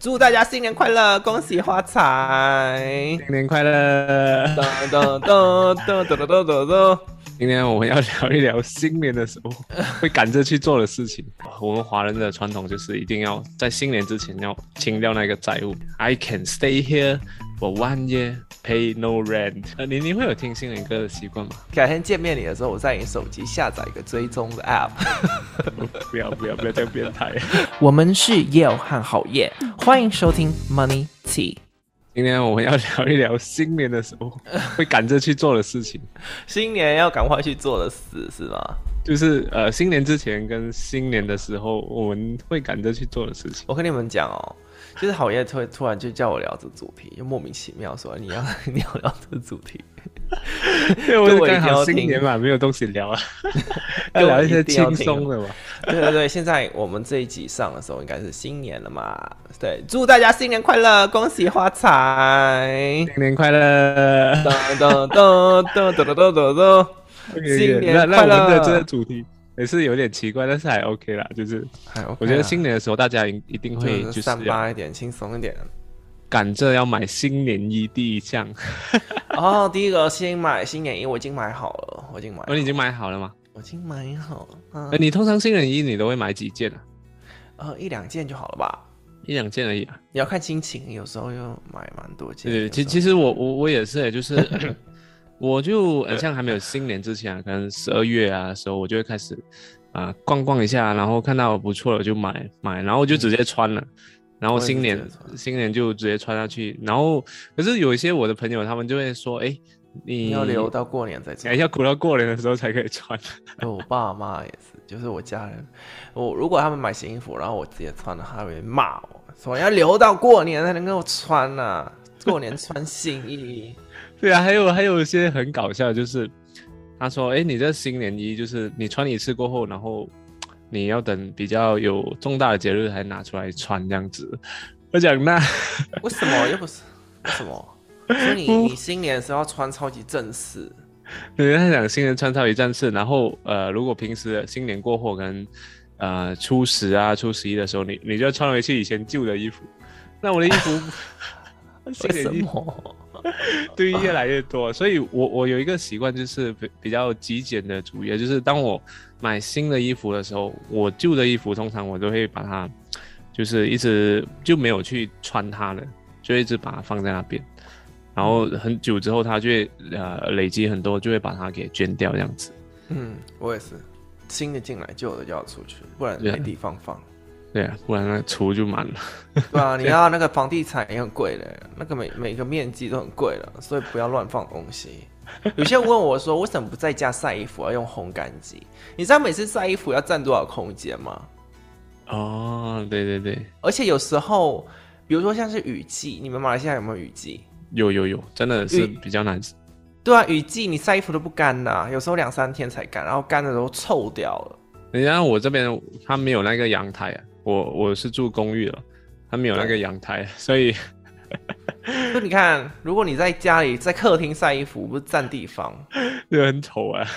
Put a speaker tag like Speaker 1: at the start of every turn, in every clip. Speaker 1: 祝大家新年快乐，恭喜发财！
Speaker 2: 新年快乐！
Speaker 1: 噔噔噔噔噔噔噔噔。
Speaker 2: 今天我们要聊一聊新年的时候会赶着去做的事情。我们华人的传统就是一定要在新年之前要清掉那个债务。I can stay here for one year, pay no rent。呃，你你会有听新年歌的习惯吗？
Speaker 1: 改天见面你的时候，我在你手机下载一个追踪的 app。
Speaker 2: 不要不要不要这样变态！啊
Speaker 1: 我们是 y 和好夜，欢迎收听 Money Tea。
Speaker 2: 今天我们要聊一聊新年的时候会赶着去做的事情，
Speaker 1: 新年要赶快去做的事是吗？
Speaker 2: 就是呃新年之前跟新年的时候我们会赶着去做的事情。
Speaker 1: 我跟你们讲哦，就是好夜突突然就叫我聊这主题，就莫名其妙说你要 你要聊这主题，
Speaker 2: 因为我
Speaker 1: 各
Speaker 2: 是
Speaker 1: 位一
Speaker 2: 刚
Speaker 1: 定要
Speaker 2: 好新
Speaker 1: 听
Speaker 2: 年嘛，没有东西聊 啊，
Speaker 1: 各
Speaker 2: 要
Speaker 1: 位
Speaker 2: 聊一
Speaker 1: 一
Speaker 2: 些
Speaker 1: 定要
Speaker 2: 轻
Speaker 1: 听
Speaker 2: 松的嘛。
Speaker 1: 对对对，现在我们这一集上的时候应该是新年了嘛？对，祝大家新年快乐，恭喜发财！
Speaker 2: 新年快乐！
Speaker 1: 噔噔噔噔噔噔噔噔，新年
Speaker 2: 那
Speaker 1: 快
Speaker 2: 那
Speaker 1: 乐
Speaker 2: 我们的这个主题也是有点奇怪，但是还 OK 啦。就是
Speaker 1: 哎，
Speaker 2: 我觉得新年的时候，大家一一定
Speaker 1: 就
Speaker 2: 会
Speaker 1: 是
Speaker 2: 就是
Speaker 1: 散
Speaker 2: 要
Speaker 1: 发一点，轻松一点。
Speaker 2: 赶着要买新年衣第 一项。
Speaker 1: 哦，第一个先买新年衣，我已经买好了，我已经买好
Speaker 2: 哦，你已
Speaker 1: 了，
Speaker 2: 经买好了吗？
Speaker 1: 我已经买好了。嗯
Speaker 2: 呃，你通常新年衣你都会买几件啊？
Speaker 1: 呃，一两件就好了吧？
Speaker 2: 一两件而已啊。
Speaker 1: 你要看心情，有时候又买蛮多件。
Speaker 2: 对，
Speaker 1: 有时
Speaker 2: 其
Speaker 1: 候
Speaker 2: 其实我我我也是，就是 我就很像还没有新年之前啊，可能十二月啊的时候，我就会开始啊、逛逛一下，然后看到不错的就买买，然后就直接穿了。然后
Speaker 1: 我也是
Speaker 2: 新年
Speaker 1: 直接穿
Speaker 2: 新年就直接穿下去，然后可是有一些我的朋友他们就会说，哎，你
Speaker 1: 你呃要留到过年再穿
Speaker 2: 哎。要苦到过年的时候才可以穿，
Speaker 1: 对我爸妈也是，就是我家人，我如果他们买新衣服，然后我直接穿了，他会骂我说要留到过年才能够穿呐、过年穿新衣。
Speaker 2: 对啊，还有还有一些很搞笑，就是他说，哎，你这新年衣就是你穿一次过后，然后你要等比较有重大的节日才拿出来穿这样子。 我讲那
Speaker 1: 为什么？又不是为什么？说你你新年的时候要穿超级正式，
Speaker 2: 人家讲新年穿插一战士，然后呃，如果平时新年过后可能呃初十啊、初十一的时候，你你就穿回去以前旧的衣服，那我的衣 服新
Speaker 1: 为什
Speaker 2: 年衣
Speaker 1: 么？
Speaker 2: 对越来越多，所以我我有一个习惯，就是比比较极简的主义，就是当我买新的衣服的时候，我旧的衣服通常我都会把它，就是一直就没有去穿它了，就一直把它放在那边，然后很久之后它就会呃累积很多，就会把它给捐掉这样子。
Speaker 1: 嗯，我也是，新的进来，旧的就要出去，不然
Speaker 2: 对
Speaker 1: 没
Speaker 2: 啊
Speaker 1: 地方放。
Speaker 2: 对啊，不然那橱就满了。
Speaker 1: 对啊，你要那个房地产也很贵的，那个每每个面积都很贵了，所以不要乱放东西。有些人问我说，为什么不在家晒衣服，要用烘干机？你知道每次晒衣服要占多少空间吗？
Speaker 2: 哦， 对对对，
Speaker 1: 而且有时候，比如说像是雨季，你们马来西亚有没有雨季？
Speaker 2: 有有有，真的是
Speaker 1: 嗯
Speaker 2: 比较难。
Speaker 1: 对啊，雨季你晒衣服都不干呐、有时候两三天才干，然后干的都臭掉了。
Speaker 2: 人家我这边他没有那个阳台啊，我我是住公寓了，他没有那个阳台，所以
Speaker 1: 就你看，如果你在家里在客厅晒衣服，不是占地方？
Speaker 2: 就很丑啊。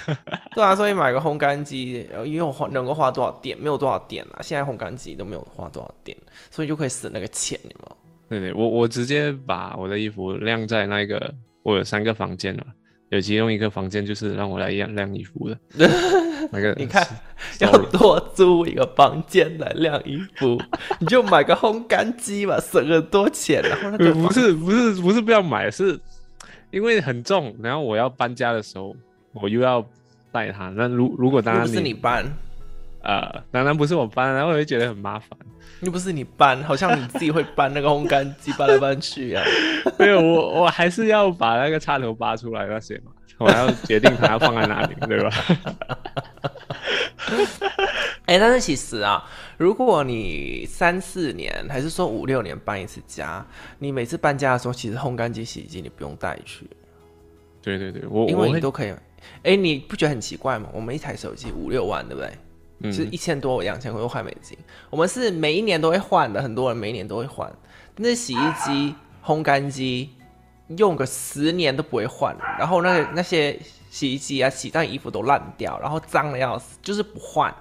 Speaker 1: 对啊，所以买个烘干机，呃，因为我花能够花多少电，没有多少电啊。现在烘干机都没有花多少电，所以就可以省那个钱，你们。
Speaker 2: 对对，我我直接把我的衣服晾在那个，我有三个房间嘛，有其中一个房间就是让我来晾晾衣 服的，那个
Speaker 1: 你看，要
Speaker 2: sorry
Speaker 1: 多租一个房间来晾衣服， 你就买个烘干机嘛，省很多钱。然 后那
Speaker 2: 呃
Speaker 1: 个
Speaker 2: 不
Speaker 1: 房
Speaker 2: 是不是不是不要买，是因为很重，然后我要搬家的时候我又要带它。那如如果当
Speaker 1: 又
Speaker 2: 然
Speaker 1: 不是你搬，
Speaker 2: 呃，当然不是我搬，然后我就觉得很麻烦。
Speaker 1: 又不是你搬，好像你自己会搬那个烘干机，搬来搬去啊。
Speaker 2: 没有，我我还是要把那个插头拔出来那些嘛， 我还要决定它要放在哪里，对吧？
Speaker 1: 哎、但是其实啊，如果你三四年，还是说五六年搬一次家，你每次搬家的时候，其实烘干机、洗衣机你不用带去， 啊
Speaker 2: 对对对，我
Speaker 1: 因
Speaker 2: 我
Speaker 1: 为
Speaker 2: 会
Speaker 1: 你都可以。哎、你不觉得很奇怪吗？我们一台手机五六万，对不对？就
Speaker 2: 嗯
Speaker 1: 是一千多、两千多块美金。我们是每一年都会换的，很多人每一年都会换。但是洗衣机、烘干机用个十年都不会换，然后那个那些洗衣机啊，洗到你衣服都烂掉，然后脏的要死，就是不换。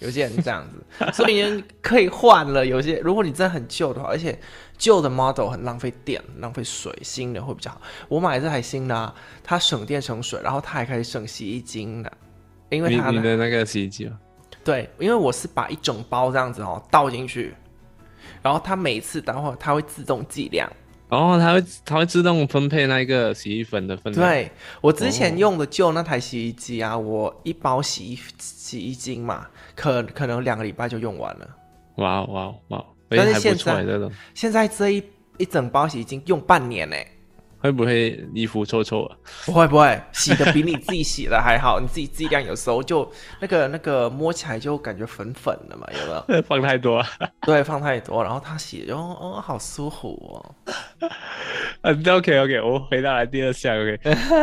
Speaker 1: 有些人这样子，所以你可以换了。有些如果你真的很旧的话，而且旧的 model 很浪费电、浪费水，新的会比较好。我买的这台新的、啊，它省电省水，然后它还可以省洗衣精的，因为
Speaker 2: 你
Speaker 1: 它
Speaker 2: 你的那个洗衣机吗？
Speaker 1: 对，因为我是把一整包这样子哦倒进去，然后它每次待会儿它会自动计量。
Speaker 2: 哦，它会它会自动分配那个洗衣粉的分量。
Speaker 1: 对我之前用的旧那台洗衣机啊，我一包洗衣洗衣精嘛，可可能两个礼拜就用完了。
Speaker 2: 哇哦哇哦哇哦！哎
Speaker 1: 但是
Speaker 2: 还
Speaker 1: 现
Speaker 2: 不错
Speaker 1: 在
Speaker 2: 哎，这种
Speaker 1: 现在这一一整包洗衣精用半年呢、
Speaker 2: 会不会衣服臭臭啊？
Speaker 1: 不会不会，洗的比你自己洗的还好，你自己剂量有时候就那个那个摸起来就感觉粉粉的嘛，有没 有？
Speaker 2: 放太多啊！
Speaker 1: 对，放太多，然后它洗就哦哦好舒服哦。
Speaker 2: 嗯，OK OK，我回到来第二项，OK，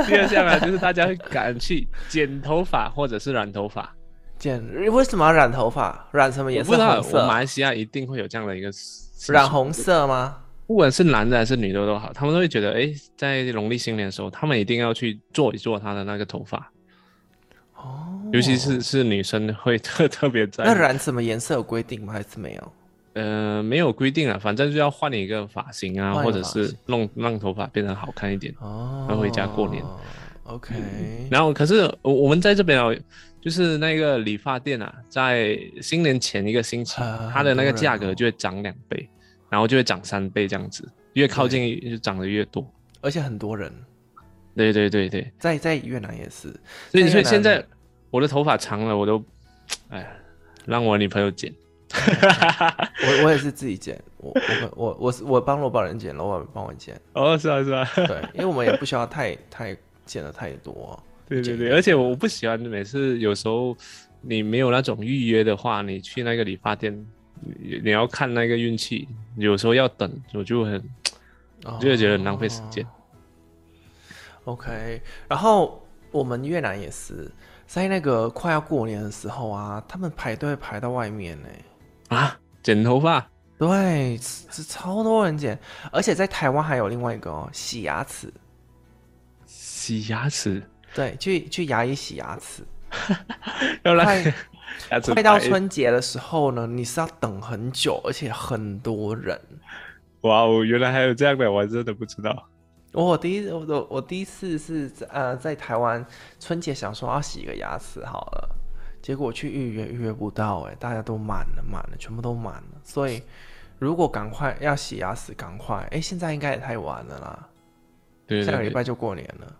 Speaker 2: 第 二项啊，就是大家会敢去剪头发或者是染头发。
Speaker 1: 剪为什么要染头发？染什么
Speaker 2: 我
Speaker 1: 颜
Speaker 2: 不
Speaker 1: 色？
Speaker 2: 知道
Speaker 1: 红，
Speaker 2: 我
Speaker 1: 色。
Speaker 2: 马来西亚一定会有这样的一个习俗
Speaker 1: 染，红色吗？
Speaker 2: 不管是男的还是女的都好，他们都会觉得，哎，在农历新年的时候，他们一定要去做一做他的那个头发，
Speaker 1: 哦，
Speaker 2: 尤其是是女生会特特别在
Speaker 1: 那
Speaker 2: 意。
Speaker 1: 染什么颜色有规定吗？还是没有？
Speaker 2: 呃， 没有规定啊，反正就要换一个发型啊，
Speaker 1: 换一
Speaker 2: 或
Speaker 1: 个
Speaker 2: 者
Speaker 1: 发
Speaker 2: 是
Speaker 1: 型
Speaker 2: 弄让头发变得好看一点。
Speaker 1: 哦，嗯
Speaker 2: 然后回家过年。
Speaker 1: OK，
Speaker 2: 然后可是我我们在这边哦，就是那个理发店啊，在新年前一个星期，
Speaker 1: 啊
Speaker 2: 它的那个
Speaker 1: 很多人
Speaker 2: 价格
Speaker 1: 哦
Speaker 2: 就会涨两倍，然后就会涨三倍这样子，越靠近就涨得越多。
Speaker 1: 而且很多人
Speaker 2: 对对对对，
Speaker 1: 在在越南也是，
Speaker 2: 所以
Speaker 1: 在
Speaker 2: 所
Speaker 1: 越
Speaker 2: 以
Speaker 1: 南
Speaker 2: 现在我的头发长了，我都，哎呀，让我女朋友剪。
Speaker 1: 我我也是自己剪，我我我我是我帮罗宝人剪，罗宝人帮我剪，
Speaker 2: 哦，是啊是 啊，
Speaker 1: 对，因为我们也不需要太太剪的太多，
Speaker 2: 对对
Speaker 1: 剪
Speaker 2: 对，
Speaker 1: 掉
Speaker 2: 而且我不喜欢每次有时候你没有那种预约的话，你去那个理发店，你你要看那个运气，有时候要等，我就很
Speaker 1: 哦
Speaker 2: 就会觉得很浪费时间。
Speaker 1: OK，然后我们越南也是在那个快要过年的时候啊，他们排队排到外面呢、
Speaker 2: 啊，剪头发。
Speaker 1: 对，这超多人剪，而且在台湾还有另外一个哦，洗牙齿，
Speaker 2: 洗牙齿，
Speaker 1: 对，去去牙医洗牙齿，
Speaker 2: 要让
Speaker 1: 快
Speaker 2: 牙齿
Speaker 1: 快到
Speaker 2: 白
Speaker 1: 春节的时候呢，你是要等很久，而且很多人。
Speaker 2: 哇哦，原来还有这样的，我真的不知道。
Speaker 1: 我第一我我我第一次是在呃在台湾春节想说要洗个牙齿好了，结果去预约预约不到哎、大家都满了满了，全部都满了，所以如果赶快要洗牙齿，赶快哎、现在应该也太晚了啦，
Speaker 2: 对
Speaker 1: 下个礼
Speaker 2: 对对，
Speaker 1: 拜就过年了，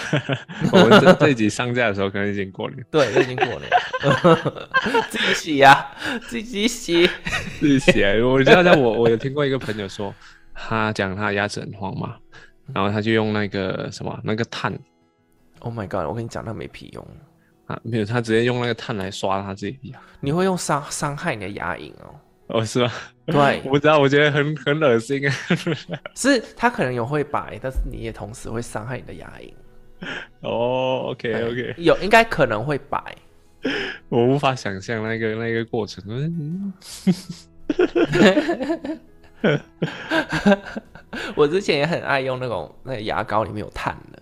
Speaker 2: 我们这这一集上架的时候可能已经过年，
Speaker 1: 对，都已经过年了， 自己洗呀、自己洗，
Speaker 2: 是写。我知道，但我我有听过一个朋友说，他讲他牙齿很黄嘛，然后他就用那个什么那个碳
Speaker 1: Oh my god！我跟你讲，那没屁用，
Speaker 2: 啊，没有，他直接用那个碳来刷他自己的牙。
Speaker 1: 你会用伤伤害你的牙龈 哦。
Speaker 2: 哦，是吗？
Speaker 1: 对
Speaker 2: 我，不知道，我觉得很很恶心 啊。
Speaker 1: 是它可能有会白，但是你也同时会伤害你的牙龈。
Speaker 2: 哦，OK
Speaker 1: 对
Speaker 2: OK，
Speaker 1: 有应该可能会白，
Speaker 2: 我无法想象那个那个过程。嗯
Speaker 1: 我之前也很爱用那种那个牙膏里面有碳的，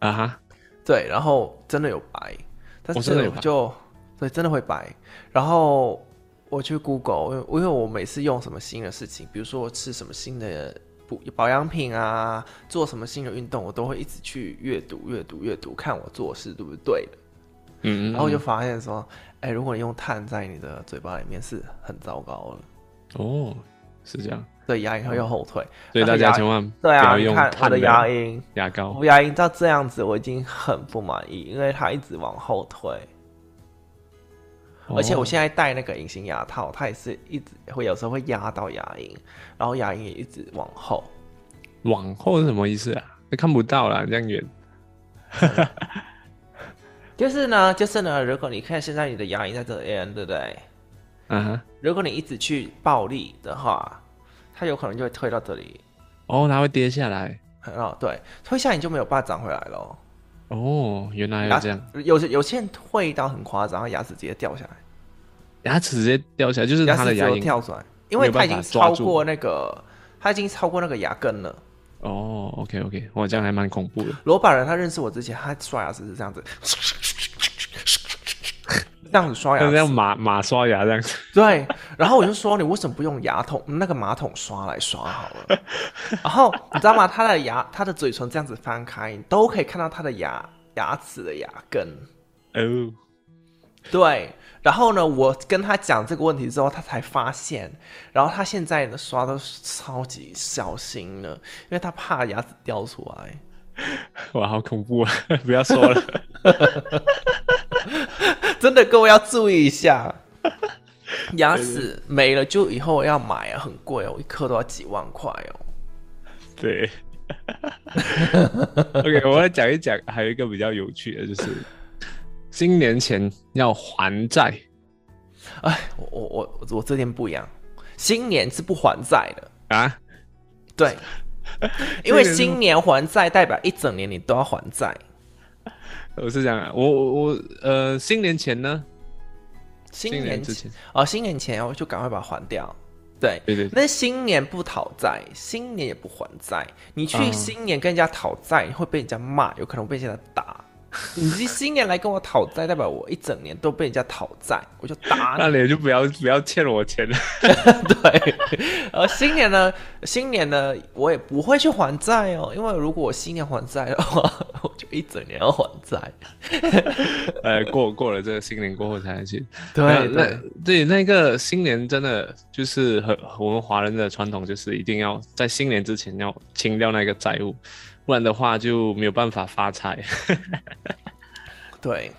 Speaker 2: 啊哈，
Speaker 1: 对，然后真的有白，但
Speaker 2: 哦
Speaker 1: 是
Speaker 2: 真的有白
Speaker 1: 就对真的会白。然后我去 Google，因为因为我每次用什么新的事情，比如说我吃什么新的补保养品啊，做什么新的运动，我都会一直去阅读、阅读、阅读，看我做事对不对的。
Speaker 2: 嗯，嗯
Speaker 1: 然后我就发现说，哎、如果你用碳在你的嘴巴里面是很糟糕的，
Speaker 2: 哦，是这样。
Speaker 1: 对牙龈会后退。
Speaker 2: 所以大
Speaker 1: 那个
Speaker 2: 家
Speaker 1: 牙
Speaker 2: 千万不
Speaker 1: 对啊，
Speaker 2: 要
Speaker 1: 你
Speaker 2: 嗯用
Speaker 1: 看我
Speaker 2: 碳
Speaker 1: 的牙龈，
Speaker 2: 牙膏
Speaker 1: 我牙龈到这样子，我已经很不满意，因为它一直往后退，而且我
Speaker 2: 哦
Speaker 1: 现在戴那个隐形牙套，它也是一直会有时候会压到牙龈，然后牙龈也一直往后。
Speaker 2: 哦往后是什么意思啊？看不到啦，这样远。
Speaker 1: 就是呢，就是呢，如果你看现在你的牙龈在这边，对不对？
Speaker 2: 啊哈，
Speaker 1: 如果你一直去暴力的话，它有可能就会退到这里，
Speaker 2: 哦，它会跌下来。
Speaker 1: 很好，对，退下来你就没有办法长回来了。
Speaker 2: 哦，原来
Speaker 1: 牙
Speaker 2: 有这样，
Speaker 1: 有些有些人退到很夸张，牙齿直接掉下来。
Speaker 2: 牙齿直接掉下来，就是
Speaker 1: 牙
Speaker 2: 它
Speaker 1: 齿
Speaker 2: 的
Speaker 1: 只
Speaker 2: 牙
Speaker 1: 有
Speaker 2: 龈。
Speaker 1: 跳出来，因为
Speaker 2: 没有办
Speaker 1: 它已
Speaker 2: 法
Speaker 1: 经
Speaker 2: 抓
Speaker 1: 超
Speaker 2: 住
Speaker 1: 过那个，它已经超过那个牙根了。
Speaker 2: 哦，OK OK，哇，这样还蛮恐怖的。
Speaker 1: 罗板人他认识我之前，他刷牙齿是这样子， 这样子刷牙
Speaker 2: 就
Speaker 1: 齿
Speaker 2: 像马马刷牙这样子。
Speaker 1: 对，然后我就说你为什么不用牙桶 那个马桶刷来刷好了？ 然后你知道吗？他的牙，他的嘴唇这样子翻开，你都可以看到他的牙牙齿的牙根。
Speaker 2: 哦，
Speaker 1: 对，然后呢，我跟他讲这个问题之后，他才发现，然后他现在的刷都超级小心了，因为他怕牙齿掉出来。
Speaker 2: 哇，好恐怖啊！ 不要说了。
Speaker 1: 真的，各位要注意一下， 牙齿没了就以后要买啊，很贵哦，一颗都要几万块哦。
Speaker 2: 对，OK，我来讲一讲，还有一个比较有趣的，就是新年前要还债。
Speaker 1: 哎，我我我我这点不一样，新年是不还债的，
Speaker 2: 啊，
Speaker 1: 对，因为
Speaker 2: 这个是
Speaker 1: 新年还债代表一整年你都要还债，
Speaker 2: 我是这样啊，我我我呃，新年前呢，
Speaker 1: 新
Speaker 2: 新
Speaker 1: 年
Speaker 2: 年之前，
Speaker 1: 哦，新年前我就赶快把它还掉。对，
Speaker 2: 对对
Speaker 1: 那新年不讨债，新年也不还债。你去
Speaker 2: 嗯
Speaker 1: 新年跟人家讨债，你会被人家骂，有可能被人家 打。你这新年来跟我讨债，代表我一整年都被人家讨债，我就打你
Speaker 2: 那。你就不要不要欠我钱了。
Speaker 1: 对，呃，新年呢，新年呢，我也不会去还债哦，因为如果我新年还债的话，我就一整年要还债。
Speaker 2: 呃，过过了这个新年过后才去。那
Speaker 1: 对对
Speaker 2: 那对那个新年真的就是和我们华人的传统，就是一定要在新年之前要清掉那个债务，不然的话就没有办法发财。
Speaker 1: 对，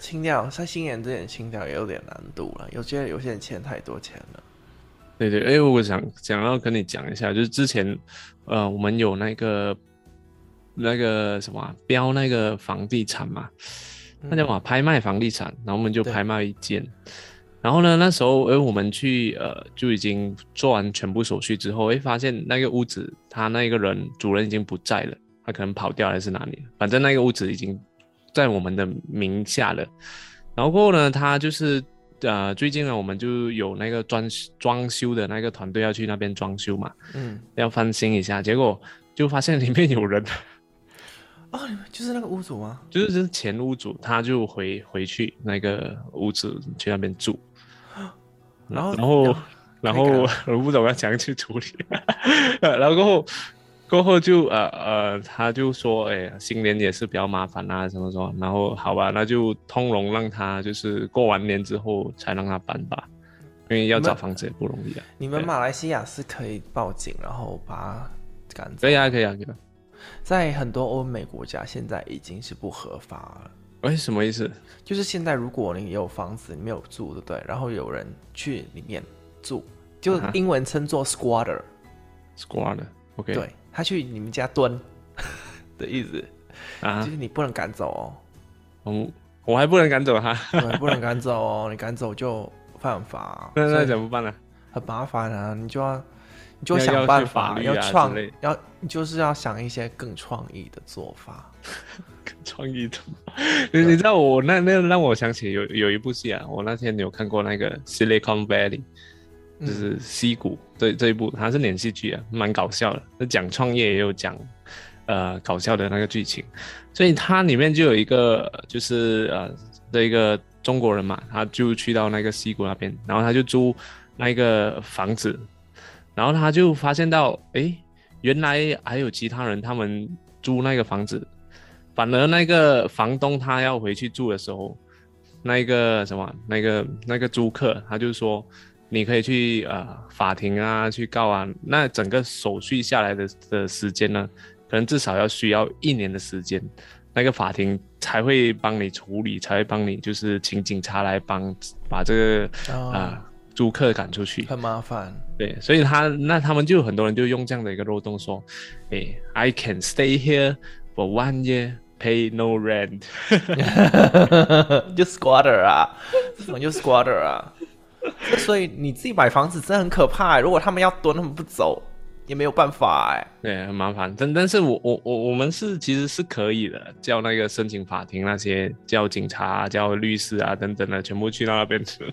Speaker 1: 清掉在新年之前清掉也有点难度了，有些有些人欠太多钱了。
Speaker 2: 对对，哎，我想想要跟你讲一下，就是之前，呃，我们有那个那个什么啊标那个房地产嘛，那叫什么啊拍卖房地产，然后我们就
Speaker 1: 对
Speaker 2: 拍卖一间。然后呢，那时候哎，我们去呃就已经做完全部手续之后，哎，发现那个屋子他那个人主人已经不在了，他可能跑掉了还是哪里了，反正那个屋子已经在我们的名下了。然后过后呢，他就是呃，最近呢，我们就有那个装修装修的那个团队要去那边装修嘛，
Speaker 1: 嗯，
Speaker 2: 要翻新一下，结果就发现里面有人，
Speaker 1: 哦，你们就是那个屋主啊吗？
Speaker 2: 就是前屋主，他就回回去那个屋子去那边住，
Speaker 1: 然后
Speaker 2: 然后
Speaker 1: 然
Speaker 2: 然后我不懂要怎样去处理， 呃然后过后过后就呃呃，他就说，哎呀，新年也是比较麻烦啊，什么什么，然后好吧，那就通融让他就是过完年之后才让他搬吧，因为要
Speaker 1: 那
Speaker 2: 找房子也不容易啊。
Speaker 1: 你们马来西亚是可以报警，然后把它赶走
Speaker 2: 可。以啊，可以啊，可以啊。
Speaker 1: 在很多欧美国家现在已经是不合法了。
Speaker 2: 哎，什么意思？
Speaker 1: 就是现在，如果你有房子，你没有住，对不对？然后有人去里面住，就
Speaker 2: 嗯哼
Speaker 1: 英文称作 squatter，、
Speaker 2: squad，OK，、
Speaker 1: 对他去你们家蹲 的意思，
Speaker 2: 啊
Speaker 1: 就，是你不能赶 走哦。
Speaker 2: 我我还不能赶走他，
Speaker 1: 对，不能赶走哦，你赶走就犯法，
Speaker 2: 那
Speaker 1: 所
Speaker 2: 那
Speaker 1: 以
Speaker 2: 怎么办呢、
Speaker 1: 很麻烦啊，你就要。你就
Speaker 2: 要要
Speaker 1: 想
Speaker 2: 去
Speaker 1: 办
Speaker 2: 法
Speaker 1: 法，
Speaker 2: 律
Speaker 1: 要
Speaker 2: 啊之
Speaker 1: 创
Speaker 2: 类，
Speaker 1: 要你就是要想一些更创意的做法。
Speaker 2: 创意图，你你知道我那那让我想起有有一部戏啊，我那天有看过那个《Silicon Valley》，就是西谷、这这一部，它是连续剧啊，蛮搞笑的，就讲创业也有讲呃搞笑的那个剧情，所以它里面就有一个就是呃这一个中国人嘛，他就去到那个西谷那边，然后他就租那个房子，然后他就发现到诶，原来还有其他人他们租那个房子。反而那个房东他要回去住的时候，那个什么那个那个租客他就说，你可以去呃法庭啊去告啊，那整个手续下来的的时间呢，可能至少要需要一年的时间，那个法庭才会帮你处理，才会帮你就是请警察来帮把这个啊、
Speaker 1: 啊，
Speaker 2: 租客赶出去。
Speaker 1: 很麻烦。
Speaker 2: 对，所以他那他们就很多人就用这样的一个漏洞说，诶 i can stay here for one year, pay no rent。
Speaker 1: 就 squatter 啊，这种就 squatter 啊。 所以你自己买房子真的很可怕、欸如果他们要蹲，他们不走也没有办法哎、
Speaker 2: 对，很麻烦。但但是我我我我们是其实是可以的，叫那个申请法庭那些，叫警察、啊、叫律师啊等等的，全部去到那边 去，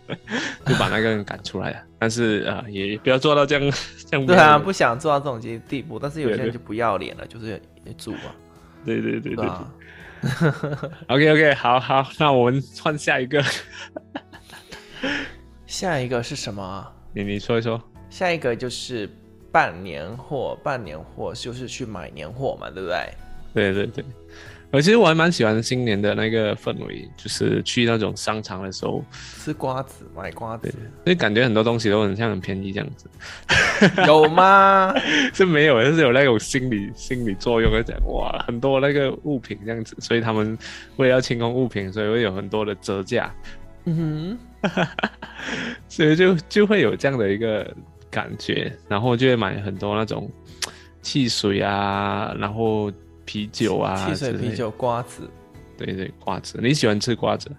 Speaker 2: 就把那个人赶出来了。但是啊、呃也不要做到这样这样。
Speaker 1: 对啊，不，想做到这种地地步，但是有些
Speaker 2: 对
Speaker 1: 人
Speaker 2: 对
Speaker 1: 就不要脸了，就是住啊，
Speaker 2: 对对对
Speaker 1: 对
Speaker 2: 对。
Speaker 1: 吧？
Speaker 2: OK OK，好好，那我们换下一个，
Speaker 1: 下一个是什么啊？
Speaker 2: 你你说一说。
Speaker 1: 下一个就是办年货，办年货就是去买年货嘛，对不对？
Speaker 2: 对对对，我其实我还蛮喜欢今年的那个氛围，就是去那种商场的时候，
Speaker 1: 吃瓜子，买瓜子，
Speaker 2: 就感觉很多东西都很像很便宜这样子，
Speaker 1: 有吗？
Speaker 2: 是没有，就是有那种心理心理作用，就讲哇，很多那个物品这样子，所以他们为了要清空物品，所以会有很多的折价，
Speaker 1: 嗯
Speaker 2: 所以就就会有这样的一个感觉，然后就会买很多那种汽水啊，然后啤酒啊，
Speaker 1: 哼，汽水、啤，酒、瓜子。
Speaker 2: 对对，瓜子，你喜欢吃瓜子？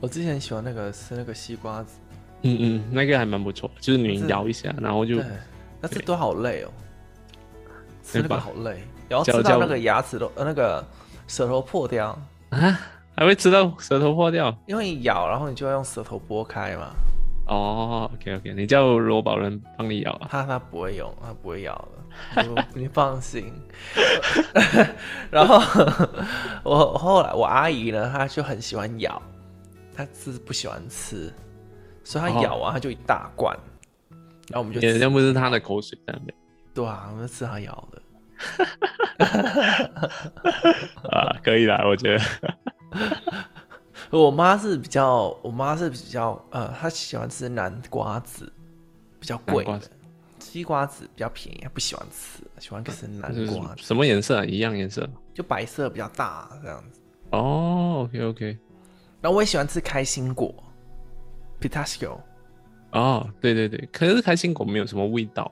Speaker 1: 我之前喜欢那个吃那个西瓜子，
Speaker 2: 嗯嗯，那个还蛮不错，就是你
Speaker 1: 是
Speaker 2: 摇一下，然后就
Speaker 1: 对，但是都好累哦，吃那
Speaker 2: 对
Speaker 1: 个
Speaker 2: 吧
Speaker 1: 好累，然后
Speaker 2: 嚼
Speaker 1: 吃到
Speaker 2: 嚼
Speaker 1: 那个牙齿都呃那个舌头破掉，
Speaker 2: 啊，还会吃到舌头破掉。
Speaker 1: 因为你咬，然后你就要用舌头拨开嘛。
Speaker 2: 哦，OK OK，你叫罗宝人帮你咬啊？
Speaker 1: 他他不会用，他不会咬的， 你你放心。 然后我后来我阿姨呢，她就很喜欢咬，她是不喜欢吃，所以她
Speaker 2: 哦
Speaker 1: 咬完她就一大罐，然后我们就
Speaker 2: 也
Speaker 1: 吃，
Speaker 2: 要不是他的口水在那边
Speaker 1: 对啊，我们就吃她咬的。
Speaker 2: 啊，可以啦，我觉得。
Speaker 1: 我妈是比较，我妈是比较，呃，她喜欢吃南瓜子，比较贵
Speaker 2: 南瓜
Speaker 1: 的
Speaker 2: 子，
Speaker 1: 西瓜子比较便宜，她不喜欢吃，喜欢吃南
Speaker 2: 就是
Speaker 1: 瓜，
Speaker 2: 什么颜色啊？一样颜色。
Speaker 1: 就白色比较大这样子。
Speaker 2: 哦，OK OK，
Speaker 1: 然后我也喜欢吃开心果，pistachio。
Speaker 2: 哦，对对对，可是开心果没有什么味道，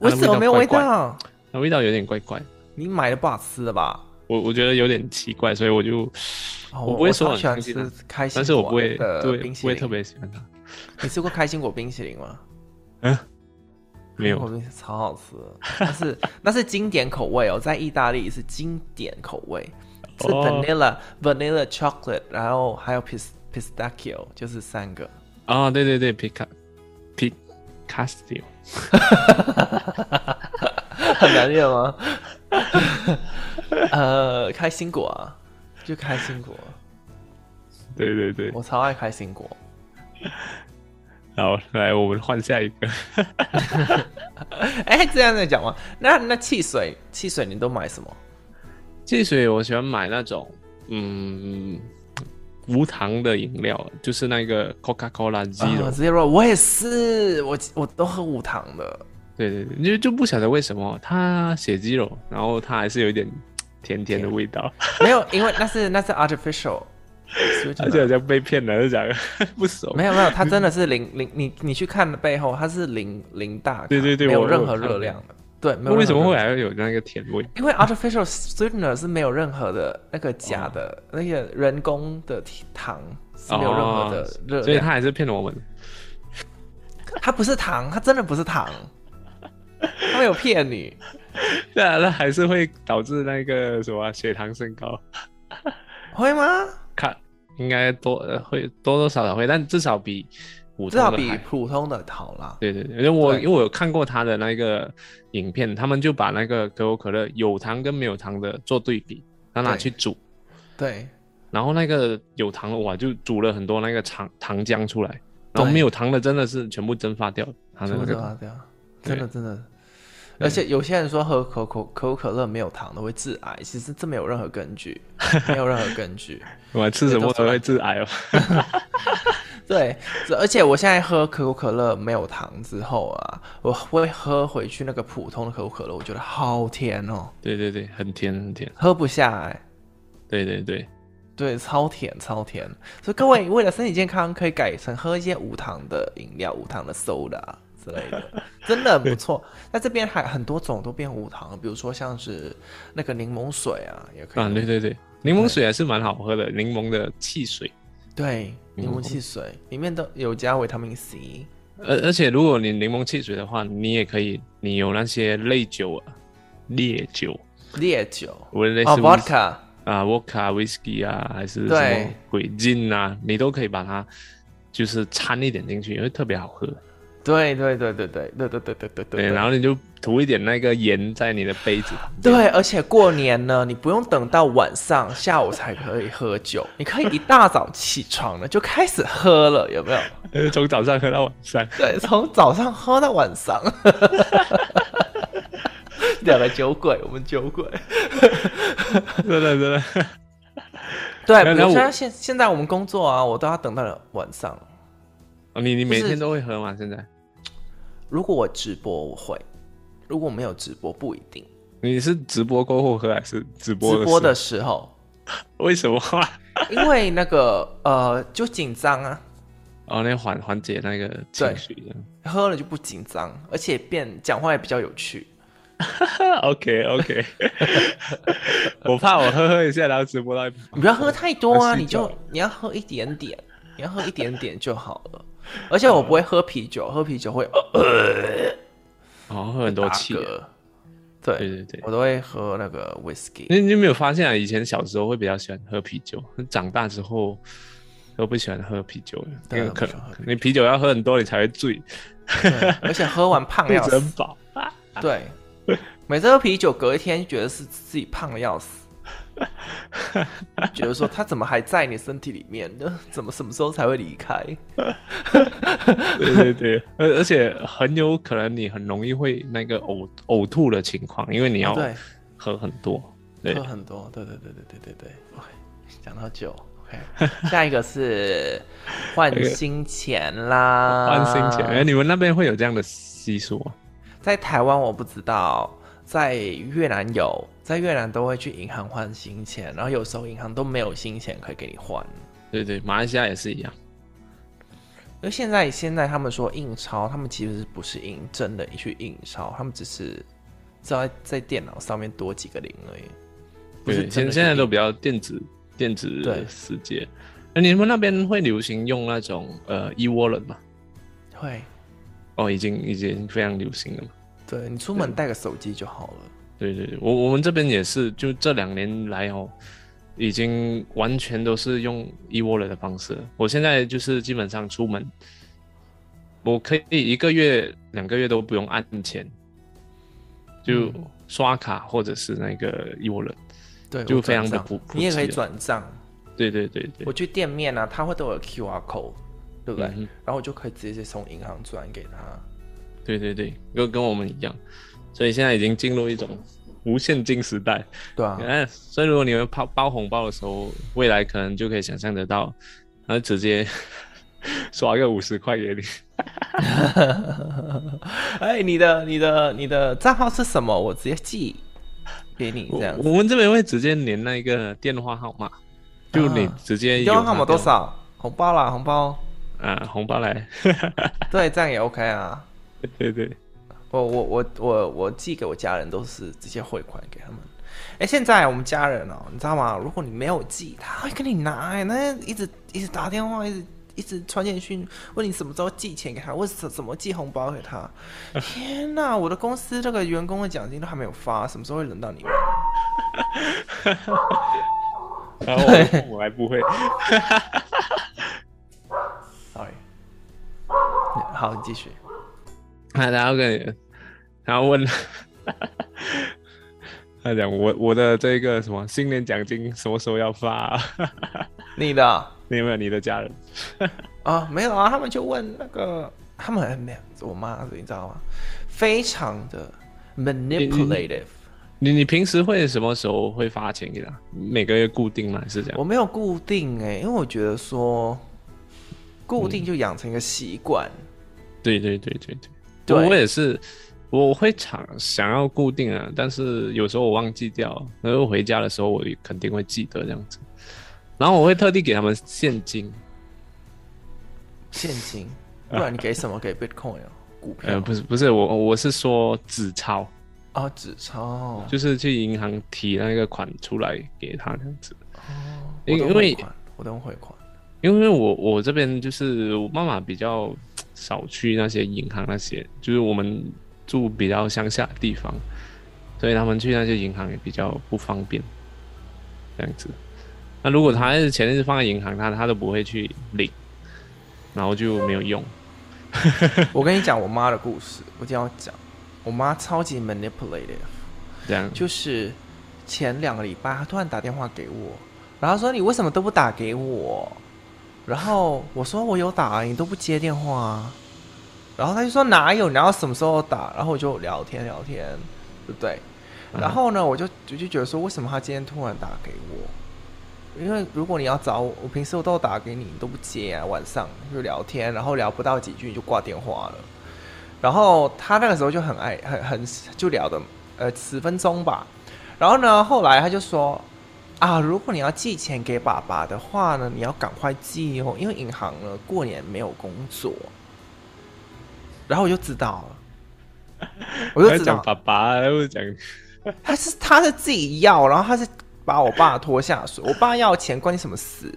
Speaker 2: 它
Speaker 1: 为
Speaker 2: 的
Speaker 1: 什么没有味
Speaker 2: 味道怪怪
Speaker 1: 道？
Speaker 2: 那味道有点怪怪，
Speaker 1: 你买的不好吃的吧？
Speaker 2: 我我觉得有点奇怪，所以我就，
Speaker 1: 哦
Speaker 2: 我不会说
Speaker 1: 超
Speaker 2: 很
Speaker 1: 喜欢
Speaker 2: 相信
Speaker 1: 吃
Speaker 2: 它
Speaker 1: 开心
Speaker 2: 但是我
Speaker 1: 果
Speaker 2: 不会
Speaker 1: 的
Speaker 2: 对
Speaker 1: 冰
Speaker 2: 不
Speaker 1: 淇
Speaker 2: 会
Speaker 1: 淋。
Speaker 2: 特别喜欢它，
Speaker 1: 你吃过开心果冰淇淋吗？
Speaker 2: 没
Speaker 1: 开心
Speaker 2: 有
Speaker 1: 果冰淇淋超好吃的，那是那是经典口味哦，在意大利是经典口味，是
Speaker 2: 哦
Speaker 1: vanilla、vanilla chocolate，然后还有 pis pistachio，就是三个。
Speaker 2: 啊、对对对，皮卡皮卡斯蒂，
Speaker 1: 很难念吗？ 呃，开心果啊，就开心果，
Speaker 2: 对对对，
Speaker 1: 我超爱开心果。
Speaker 2: 好，来我们换下一个，
Speaker 1: 哎、这样在讲吗？那那汽水，汽水你都买什么？
Speaker 2: 汽水我喜欢买那种嗯无糖的饮料，就是那个 Coca Cola
Speaker 1: 啊
Speaker 2: Zero，、
Speaker 1: Zero，我也是，我我都喝无糖的。
Speaker 2: 对对对，就就不晓得为什么它写 Zero，然后它还是有一点甜甜的味道，
Speaker 1: 没有，因为那是那是 artificial，所以就
Speaker 2: 而且好像被骗了，就讲不熟。
Speaker 1: 没有没有，它真的是零零，你你去看的背后，它是零零大卡，
Speaker 2: 对对对
Speaker 1: 没有
Speaker 2: 我
Speaker 1: 任
Speaker 2: 我
Speaker 1: 何
Speaker 2: 有看
Speaker 1: 热量的。对，没
Speaker 2: 那
Speaker 1: 有
Speaker 2: 为什么
Speaker 1: 任何热
Speaker 2: 会
Speaker 1: 量？
Speaker 2: 还会有那个甜味？
Speaker 1: 因为 artificial sweetener 是没有任何的那个假的、那些人工的糖是没有任何的热
Speaker 2: 哦，所以
Speaker 1: 量，
Speaker 2: 他还是骗我们。
Speaker 1: 它不是糖，它真的不是 糖，它没有骗你。
Speaker 2: 对啊，那还是会导致那个什么啊血糖升高。
Speaker 1: 会吗？
Speaker 2: 看，应该多呃会多多少少会，但至少比普
Speaker 1: 至
Speaker 2: 通的
Speaker 1: 少
Speaker 2: 还
Speaker 1: 比普通的好啦。
Speaker 2: 对对对，因为我
Speaker 1: 对
Speaker 2: 因为我有看过他的那个影片，他们就把那个可口可乐有糖跟没有糖的做对比，然后拿
Speaker 1: 对
Speaker 2: 去煮，
Speaker 1: 对，
Speaker 2: 然后那个有糖的哇就煮了很多那个糖糖浆出来，然后
Speaker 1: 对
Speaker 2: 没有糖的真的是全部蒸发掉，它的
Speaker 1: 全部
Speaker 2: 啊那
Speaker 1: 蒸
Speaker 2: 个
Speaker 1: 发掉，
Speaker 2: 对
Speaker 1: 啊真的真的。而且有些人说喝可口可口可乐没有糖的会致癌，其实这没有任何根据， 没有任何根据。
Speaker 2: 哇吃什么
Speaker 1: 都
Speaker 2: 都
Speaker 1: 是
Speaker 2: 会致癌哦。
Speaker 1: 对，这而且我现在喝可口可乐没有糖之后啊，我会喝回去那个普通的可口可乐，我觉得好甜哦，
Speaker 2: 对对对，很甜很甜，
Speaker 1: 喝不下哎来、
Speaker 2: 对对对。
Speaker 1: 对，超甜超甜。所以各位为了身体健康，可以改成喝一些无糖的饮料、无糖的 soda 之类的，真的很不错。在这边还很多种都变无糖，比如说像是那个柠檬水啊，也可以。
Speaker 2: 啊，对对对，柠檬水还是蛮好喝的，柠檬的汽水。
Speaker 1: 对，柠
Speaker 2: 柠
Speaker 1: 檬
Speaker 2: 檬
Speaker 1: 汽水里面都有加维他命 C。
Speaker 2: 而而且如果你柠檬汽水的话，你也可以，你有那些类酒啊，烈酒，
Speaker 1: 烈酒
Speaker 2: 无论类似
Speaker 1: 哦
Speaker 2: whisky-
Speaker 1: ，vodka，
Speaker 2: 啊、vodka、whisky 啊，还是什
Speaker 1: 对
Speaker 2: 么鬼劲啊，你都可以把它就是掺一点进去，会特别好喝。
Speaker 1: 对对对对对对对对对对
Speaker 2: 对，然后你就涂一点那个盐在你的杯子旁边，
Speaker 1: 对，而且过年呢，你不用等到晚上下午才可以喝酒，你可以一大早起床了就开始喝了，有没有？
Speaker 2: 呃从早上喝到晚上。
Speaker 1: 对，从早上喝到晚上。 两个酒鬼，我们酒鬼。
Speaker 2: 真的真的，
Speaker 1: 对，
Speaker 2: 然
Speaker 1: 比
Speaker 2: 后
Speaker 1: 如
Speaker 2: 我
Speaker 1: 说现现在我们工作啊，我都要等到晚上。
Speaker 2: 哦你你每
Speaker 1: 就是
Speaker 2: 天都会喝吗？现在
Speaker 1: 如果我直播我会，如果没有直播不一定。
Speaker 2: 你是直播过后喝还是直播
Speaker 1: 直播的
Speaker 2: 时
Speaker 1: 时候，
Speaker 2: 候？为什么？
Speaker 1: 因为那个 呃就紧张啊，
Speaker 2: 哦，那缓缓解那个情绪这样。
Speaker 1: 喝了就不紧张，而且变讲话也比较有趣。
Speaker 2: OK OK，我怕我喝喝一下，然后直播到一半
Speaker 1: 你不要喝太多啊，
Speaker 2: 睡
Speaker 1: 你就
Speaker 2: 觉
Speaker 1: 你要喝一点点，你要喝一点点就好 了。而且我不会喝啤酒，喝啤酒会呃
Speaker 2: 哦，喝很多
Speaker 1: 打
Speaker 2: 气。
Speaker 1: 嗝。对
Speaker 2: 对对对
Speaker 1: 我都会喝那个 whisky。
Speaker 2: 那你有没有发现啊？以前小时候会比较喜欢喝啤酒，长大之后都不喜欢喝啤酒了。
Speaker 1: 对
Speaker 2: 因为
Speaker 1: 我不
Speaker 2: 可
Speaker 1: 喜欢喝啤
Speaker 2: 你啤酒要喝很多，你才会醉，
Speaker 1: 对而且喝完胖
Speaker 2: 肚
Speaker 1: 得要 死。
Speaker 2: 子很饱。
Speaker 1: 对，每次喝啤酒，隔一天就觉得是自己胖的要死，觉得说他怎么还在你身体里面呢？ 怎么什么时候才会离开？
Speaker 2: 对对对，而而且很有可能你很容易会那个呕呕吐的情况，因为你要
Speaker 1: 啊对，
Speaker 2: 喝很多。哦对
Speaker 1: 喝，很多，对对对对对对对。OK，讲到酒，OK，下一 个是换新钱啦，
Speaker 2: 换新钱。哎，你们那边会有这样的习俗啊？
Speaker 1: 在台湾我不知道，在越南有，在越南都会去银行换新钱，然后有时候银行都没有新钱可以给你换。
Speaker 2: 对对，马来西亚也是一样。
Speaker 1: 因为现在现在他们说印钞，他们其实不是印真的去印钞，他们只是在在电脑上面多几个零而已。不是
Speaker 2: 对，
Speaker 1: 真
Speaker 2: 现
Speaker 1: 的
Speaker 2: 现在
Speaker 1: 去
Speaker 2: 都
Speaker 1: 印
Speaker 2: 比较电子电子
Speaker 1: 对
Speaker 2: 世界。那你们那边会流行用那种呃 e wallet 吗？
Speaker 1: 会，
Speaker 2: 哦，已经已经非常流行了嘛。
Speaker 1: 对你出门带个手机就好了。
Speaker 2: 对对对，我我们这边也是，就这两年来哦，已经完全都是用 e wallet 的方式了。我现在就是基本上出门，我可以一个月、两个月都不用按钱，就刷卡或者是那个 e wallet。
Speaker 1: 对，
Speaker 2: 就
Speaker 1: 我转
Speaker 2: 非常的
Speaker 1: 账
Speaker 2: 普普
Speaker 1: 你也可以
Speaker 2: 及了
Speaker 1: 转账。
Speaker 2: 对对对对
Speaker 1: 我，去店面啊，他会都有 QR code，对不对？
Speaker 2: 嗯哼
Speaker 1: 然后我就可以直接从银行转给他。
Speaker 2: 对对对，跟跟我们一样，所以现在已经进入一种无现金时代。
Speaker 1: 对啊，
Speaker 2: 嗯、所以如果你们包包红包的时候，未来可能就可以想象得到，然后直接 刷个五十块给你。
Speaker 1: 哎，你的你的你的账号是什么？我直接寄给你
Speaker 2: 我
Speaker 1: 这样子。
Speaker 2: 我们这边会直接连那个电话号码，就你
Speaker 1: 啊
Speaker 2: 直接
Speaker 1: 你
Speaker 2: 有
Speaker 1: 电话号码
Speaker 2: 那
Speaker 1: 多
Speaker 2: 个
Speaker 1: 少？红包啦，红包。
Speaker 2: 啊红包来。
Speaker 1: 对，这样也 OK 啊。
Speaker 2: 对对，
Speaker 1: 我我我我我寄给我家人都是直接汇款给他们。哎、现在我们家人哦，你知道吗？如果你没有寄，他会跟你拿、哎，那一直一直打电话，一直一直传简讯，问你什么时候寄钱给他，问怎怎么寄红包给 他。天哪，我的公司这个员工的奖金都还没有发，什么时候会轮到你们？
Speaker 2: 然后我的父母还不会。
Speaker 1: Sorry，好，你继续。
Speaker 2: 啊，然后跟你，然后问， 他讲我我的这个什么新年奖金什么时候要发、 啊？
Speaker 1: 你的啊、
Speaker 2: 你有没有你的家人？
Speaker 1: 啊，没有啊，他们就问那个，他们很没有，我妈，你知道吗？非常的 manipulative。
Speaker 2: 你你平时会什么时候会发钱给他？每个月固定吗？还是这
Speaker 1: 我
Speaker 2: 样？
Speaker 1: 没有固定哎、因为我觉得说固定就养成一个习惯，
Speaker 2: 对对对对对，
Speaker 1: 对
Speaker 2: 我我也是，我会想想要固定啊，但是有时候我忘记掉了，然后回家的时候我肯定会记得这样子，然后我会特地给他们现金，
Speaker 1: 现 金，不然你给什么？给 Bitcoin 哦，股票
Speaker 2: 呃，不是不是我我是说纸钞。
Speaker 1: 啊，纸钞，
Speaker 2: 就是去银行提那个款出来给他这样子。
Speaker 1: 哦
Speaker 2: 因
Speaker 1: 我都
Speaker 2: 因
Speaker 1: 汇
Speaker 2: 为
Speaker 1: 款，我都汇款，
Speaker 2: 因为我我这边就是我妈妈比较少去那些银行那些，就是我们住比较乡下的地方，所以他们去那些银行也比较不方便，这样子。那如果他是钱是放在银行，他他都不会去领，然后就没有用。
Speaker 1: 我跟你讲我妈的故事，我一定要讲。我妈超级 manipulative，
Speaker 2: 这样
Speaker 1: 就是前两个礼拜她突然打电话给我，然后说你为什么都不打给我？然后我说我有打，你都不接电话啊。然后她就说哪有，然后什么时候打？然后我就聊天聊天，对不对？
Speaker 2: 嗯
Speaker 1: 然后呢，我就我就觉得说，为什么她今天突然打给我？因为如果你要找我，我平时我都打给你，你都不接啊。晚上就聊天，然后聊不到几句就挂电话了。然后他那个时候就很爱，很很就聊的呃十分钟吧。然后呢，后来他就说啊，如果你要寄钱给爸爸的话呢，你要赶快寄哦，因为银行呢过年没有工作。然后我就知道了，我就
Speaker 2: 还
Speaker 1: 知道
Speaker 2: 讲爸爸，然后讲
Speaker 1: 他是他是自己要，然后他是把我爸拖下水。我爸要钱关你什么事？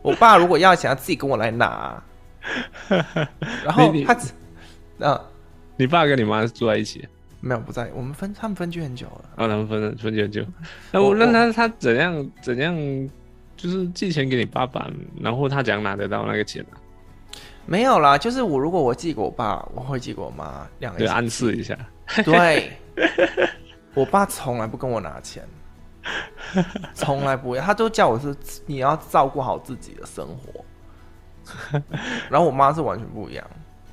Speaker 1: 我爸如果要钱，他自己跟我来拿。然后
Speaker 2: 你你
Speaker 1: 他只，呃，
Speaker 2: 你爸跟你妈住在一起，
Speaker 1: 没有不在，我们分他们分居很久了。
Speaker 2: 啊，他们分了分居很久。那
Speaker 1: 我
Speaker 2: 我那
Speaker 1: 我
Speaker 2: 他他怎样怎样，就是寄钱给你爸爸，然后他怎样拿得到那个钱啊？
Speaker 1: 没有啦，就是我如果我寄给我爸，我会寄给我妈，两个
Speaker 2: 对，
Speaker 1: 人
Speaker 2: 暗示一下。
Speaker 1: 对，我爸从来不跟我拿钱，从来不会，他都叫我是你要照顾好自己的生活。然后我妈是完全不一样，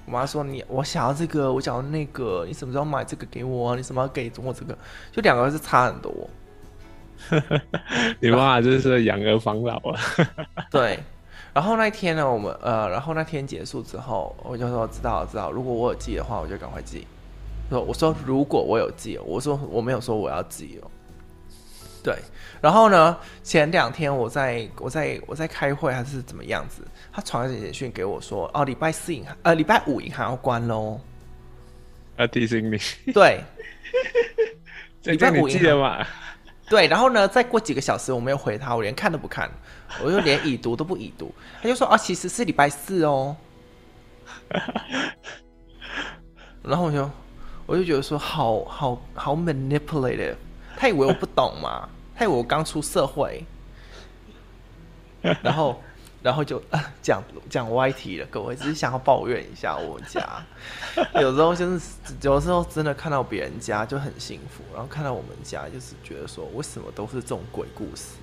Speaker 1: 我妈说你我想要这个，我想要那个，你什么时候买这个给我啊？你什么时候给我这个？就两个是差很多。
Speaker 2: 你爸就是养儿防老啊。
Speaker 1: 对，然后那一天呢，我们呃，然后那天结束之后，我就说知道了知道了，如果我有寄的话，我就赶快寄。说我说如果我有寄，我说我没有说我要寄哦。对，然后呢，前两天我在我在我在开会还是怎么样子，他传了简讯给我说，哦，礼拜四银行呃礼拜五银行要关喽。
Speaker 2: 要提醒 你，
Speaker 1: 对
Speaker 2: 这样
Speaker 1: 礼拜
Speaker 2: 你
Speaker 1: 五
Speaker 2: 记
Speaker 1: 银
Speaker 2: 得吗？
Speaker 1: 对，然后呢，再过几个小时我没有回他，我连看都不看，我就连已读都不已读。他就说啊，其实是礼拜四哦。然后我就我就觉得说好好好 manipulative，他以为我不懂嘛，他以为我刚出社会，然后然后就、 啊、讲讲歪题了，各位只是想要抱怨一下我家， 有时候就是有时候真的看到别人家就很幸福，然后看到我们家就是觉得说为什么都是这种鬼故事，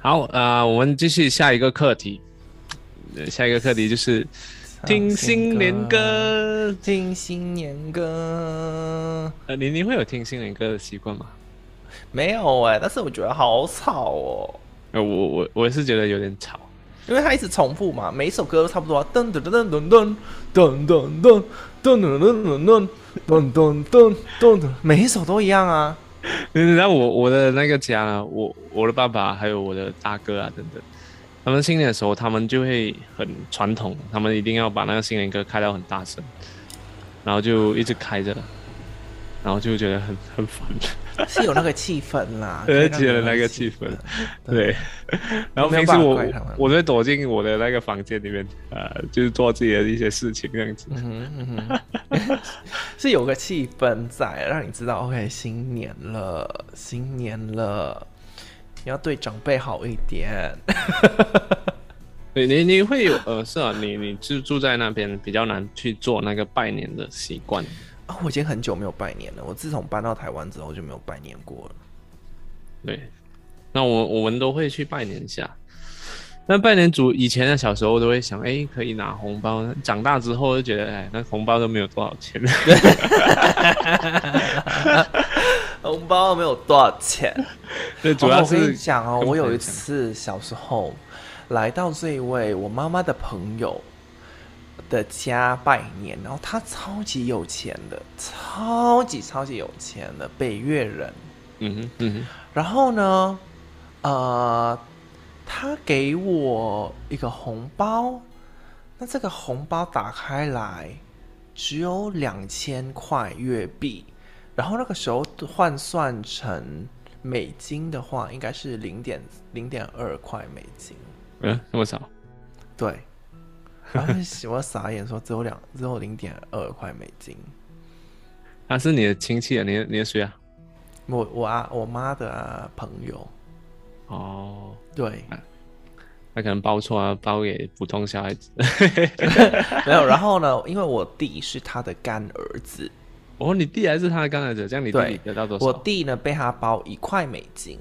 Speaker 2: 好，呃，我们继续下一个课题。呃下一个课题就是 听新年歌。
Speaker 1: 听新年歌。
Speaker 2: 呃，你你会有听新年歌的习惯吗？
Speaker 1: 没有哎、但是我觉得好吵哦，
Speaker 2: 呃，我我我是觉得有点吵。
Speaker 1: 因为它一直重复嘛，每一首歌都差不多啊，噔噔噔噔噔噔噔噔噔噔噔噔噔噔噔噔噔，每一首都一样啊。
Speaker 2: 嗯，然后我我的那个家呢，我我的爸爸还有我的大哥啊等等，他们新年的时候，他们就会很传统，他们一定要把那个新年歌开到很大声，然后就一直开着，然后就觉得很很烦，
Speaker 1: 是有那个气氛 啦，可
Speaker 2: 对
Speaker 1: 以让
Speaker 2: 记得
Speaker 1: 你有
Speaker 2: 那个气氛对。然后
Speaker 1: 没有
Speaker 2: 平时
Speaker 1: 办法
Speaker 2: 我
Speaker 1: 怪他们
Speaker 2: 我都会躲进我的那个房间里面，呃，就是做自己的一些事情这样子。
Speaker 1: 嗯哼嗯哼 是有个气氛在，让你知道 OK，新年了，新年了，你要对长辈好一点。
Speaker 2: 对你你会有呃是啊，你你就住在那边比较难去做那个拜年的习惯。
Speaker 1: 啊、我已经很久没有拜年了，我自从搬到台湾之后就没有拜年过了。
Speaker 2: 对，那我我们都会去拜年一下。那拜年族以前的小时候都会想，哎，可以拿红包。长大之后就觉得，哎，那红包都没有多少钱。
Speaker 1: 红包没有多少 钱，
Speaker 2: 对，主要
Speaker 1: 哦我跟
Speaker 2: 是
Speaker 1: 你讲哦，
Speaker 2: 跟
Speaker 1: 我有
Speaker 2: 朋
Speaker 1: 一
Speaker 2: 友
Speaker 1: 次小时候来到这一位我妈妈的朋友的家拜年，然后他超级有钱的，超级超级有钱的北越人。
Speaker 2: 嗯哼嗯哼，
Speaker 1: 然后呢，呃，他给我一个红包，那这个红包打开来只有两千块月币，然后那个时候换算成美金的话，应该是零点零点二块美金，
Speaker 2: 嗯、那么少，
Speaker 1: 对。然后就我傻眼说只有两只有零点二块美金，
Speaker 2: 他、是你的亲戚啊，你的你的谁啊？
Speaker 1: 啊我我啊我妈的、朋友，
Speaker 2: 哦，
Speaker 1: 对，
Speaker 2: 他可能包错啊，包给普通小孩子。
Speaker 1: 没有，然后呢，因为我弟是他的干儿子，
Speaker 2: 哦，你弟还是他的刚才者，这样你弟
Speaker 1: 对
Speaker 2: 得到多
Speaker 1: 我
Speaker 2: 少？
Speaker 1: 弟呢被他包一块美金，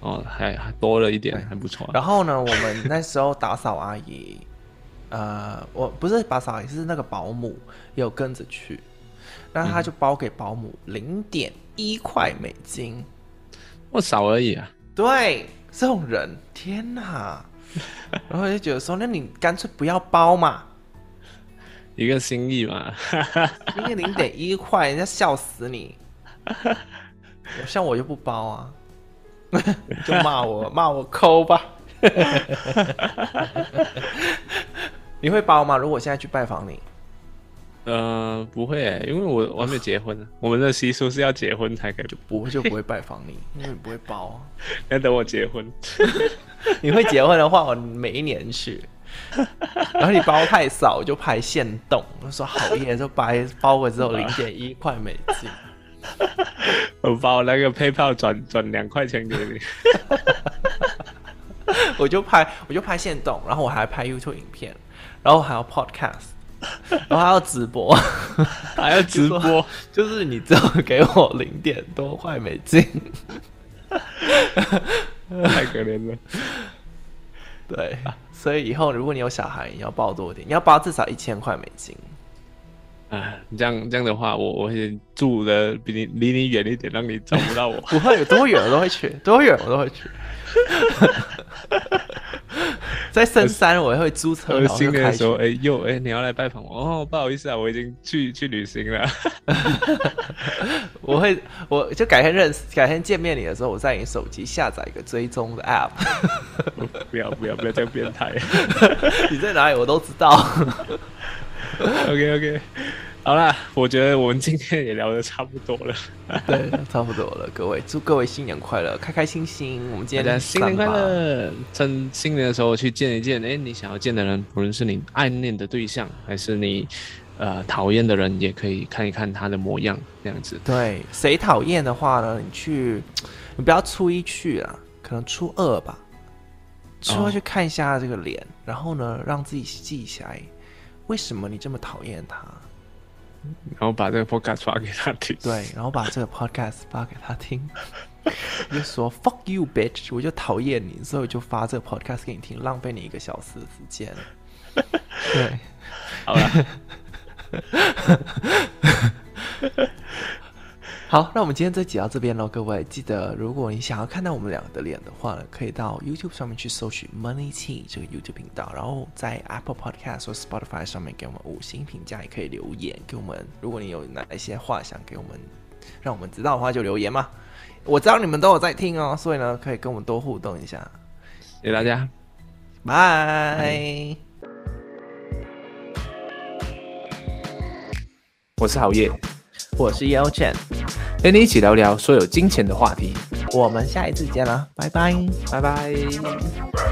Speaker 2: 哦，还还多了一点，
Speaker 1: 对
Speaker 2: 还不错啊。
Speaker 1: 然后呢，我们那时候打扫阿姨， 呃，我不是打扫阿姨，是那个保姆有跟着去，那他就包给保姆零点一块美金，
Speaker 2: 我少而已啊。
Speaker 1: 对，这种人，天 哪！然后我就觉得说，那你干脆不要包嘛，
Speaker 2: 一个心意嘛，
Speaker 1: 因为零点一块，人家笑死你。像我就不包啊， 就骂我骂我抠吧。 你会包吗？如果我现在去拜访你，
Speaker 2: 呃，不会欸，因为我我还没结婚呢，我们的习俗是要结婚才可以，
Speaker 1: 不会就不会拜访你，因为你不会包、啊。
Speaker 2: 要等我结婚。
Speaker 1: 你会结婚的话，我每一年去。然后你包太少，我就拍现动，我说好耶，就包包了之后零点一块美金。
Speaker 2: 我把我那个 PayPal 转转两块钱给你。
Speaker 1: 我就拍，我就拍现动，然后我还拍 YouTube 影片，然后还要 Podcast，然后还要直播，
Speaker 2: 还要直播，
Speaker 1: 就是你只有给我零点多块美金，
Speaker 2: 太可怜了。
Speaker 1: 对，啊所以以后如果你有小孩，你要包多一点，你要包至少一千块美金。
Speaker 2: 啊，你这样这样的话，我我会住的比你离你远一点，让你找不 到我。
Speaker 1: 不会有多远我都会去，多远我都会去。 在深山我也会租车，
Speaker 2: 我
Speaker 1: 然后就
Speaker 2: 新年
Speaker 1: 开
Speaker 2: 的时候，
Speaker 1: 去。
Speaker 2: 哎哟，哎，你要来拜访我哦，不好意思啊，我已经去去旅行了。
Speaker 1: 我会，我就改天认识，改天见面你的时候，我在你手机下载一个追踪的 app，
Speaker 2: 不要不要不要这样变态。
Speaker 1: 你在哪里我都知道。
Speaker 2: OK OK，好啦，我觉得我们今天也聊得差不多了，
Speaker 1: 对，差不多了，各位，祝各位新年快乐，开开心心。我们今
Speaker 2: 大
Speaker 1: 天
Speaker 2: 家新年快
Speaker 1: 散吧，
Speaker 2: 乐！趁新年的时候去见一见，哎，你想要见的人，不论是你暗恋的对象，还是你呃讨厌的人，也可以看一看他的模样，这样子。
Speaker 1: 对，谁讨厌的话呢？你去，你不要初一去啦，可能初二吧，初
Speaker 2: 哦
Speaker 1: 二去看一下这个脸，然后呢，让自己记起来，为什么你这么讨厌他？
Speaker 2: 然后把这个 podcast 发给他听。
Speaker 1: 对，然后把这个 podcast 发给他听， 你就说 fuck you bitch，我就讨厌你，所以我就发这个 podcast 给你听，浪费你一个小时的时间。 对。
Speaker 2: 好了，
Speaker 1: 好，那我们今天这集到这边喽，各位记得，如果你想要看到我们两个的脸的话呢，可以到 YouTube 上面去搜取 Money Tea 这个 YouTube 频道，然后在 Apple Podcast 或 Spotify 上面给我们五星评价，也可以留言给我们。如果你有哪一些话想给我们，让我们知道的话，就留言嘛。我知道你们都有在听哦，所以呢，可以跟我们多互动一下。
Speaker 2: 谢谢大家。
Speaker 1: 拜。
Speaker 3: 我是郝烨，
Speaker 1: 我是 Yao Chen，
Speaker 3: 陪你一起聊聊所有金钱的话题。
Speaker 1: 我们下一次见啦，拜拜。
Speaker 3: 拜拜。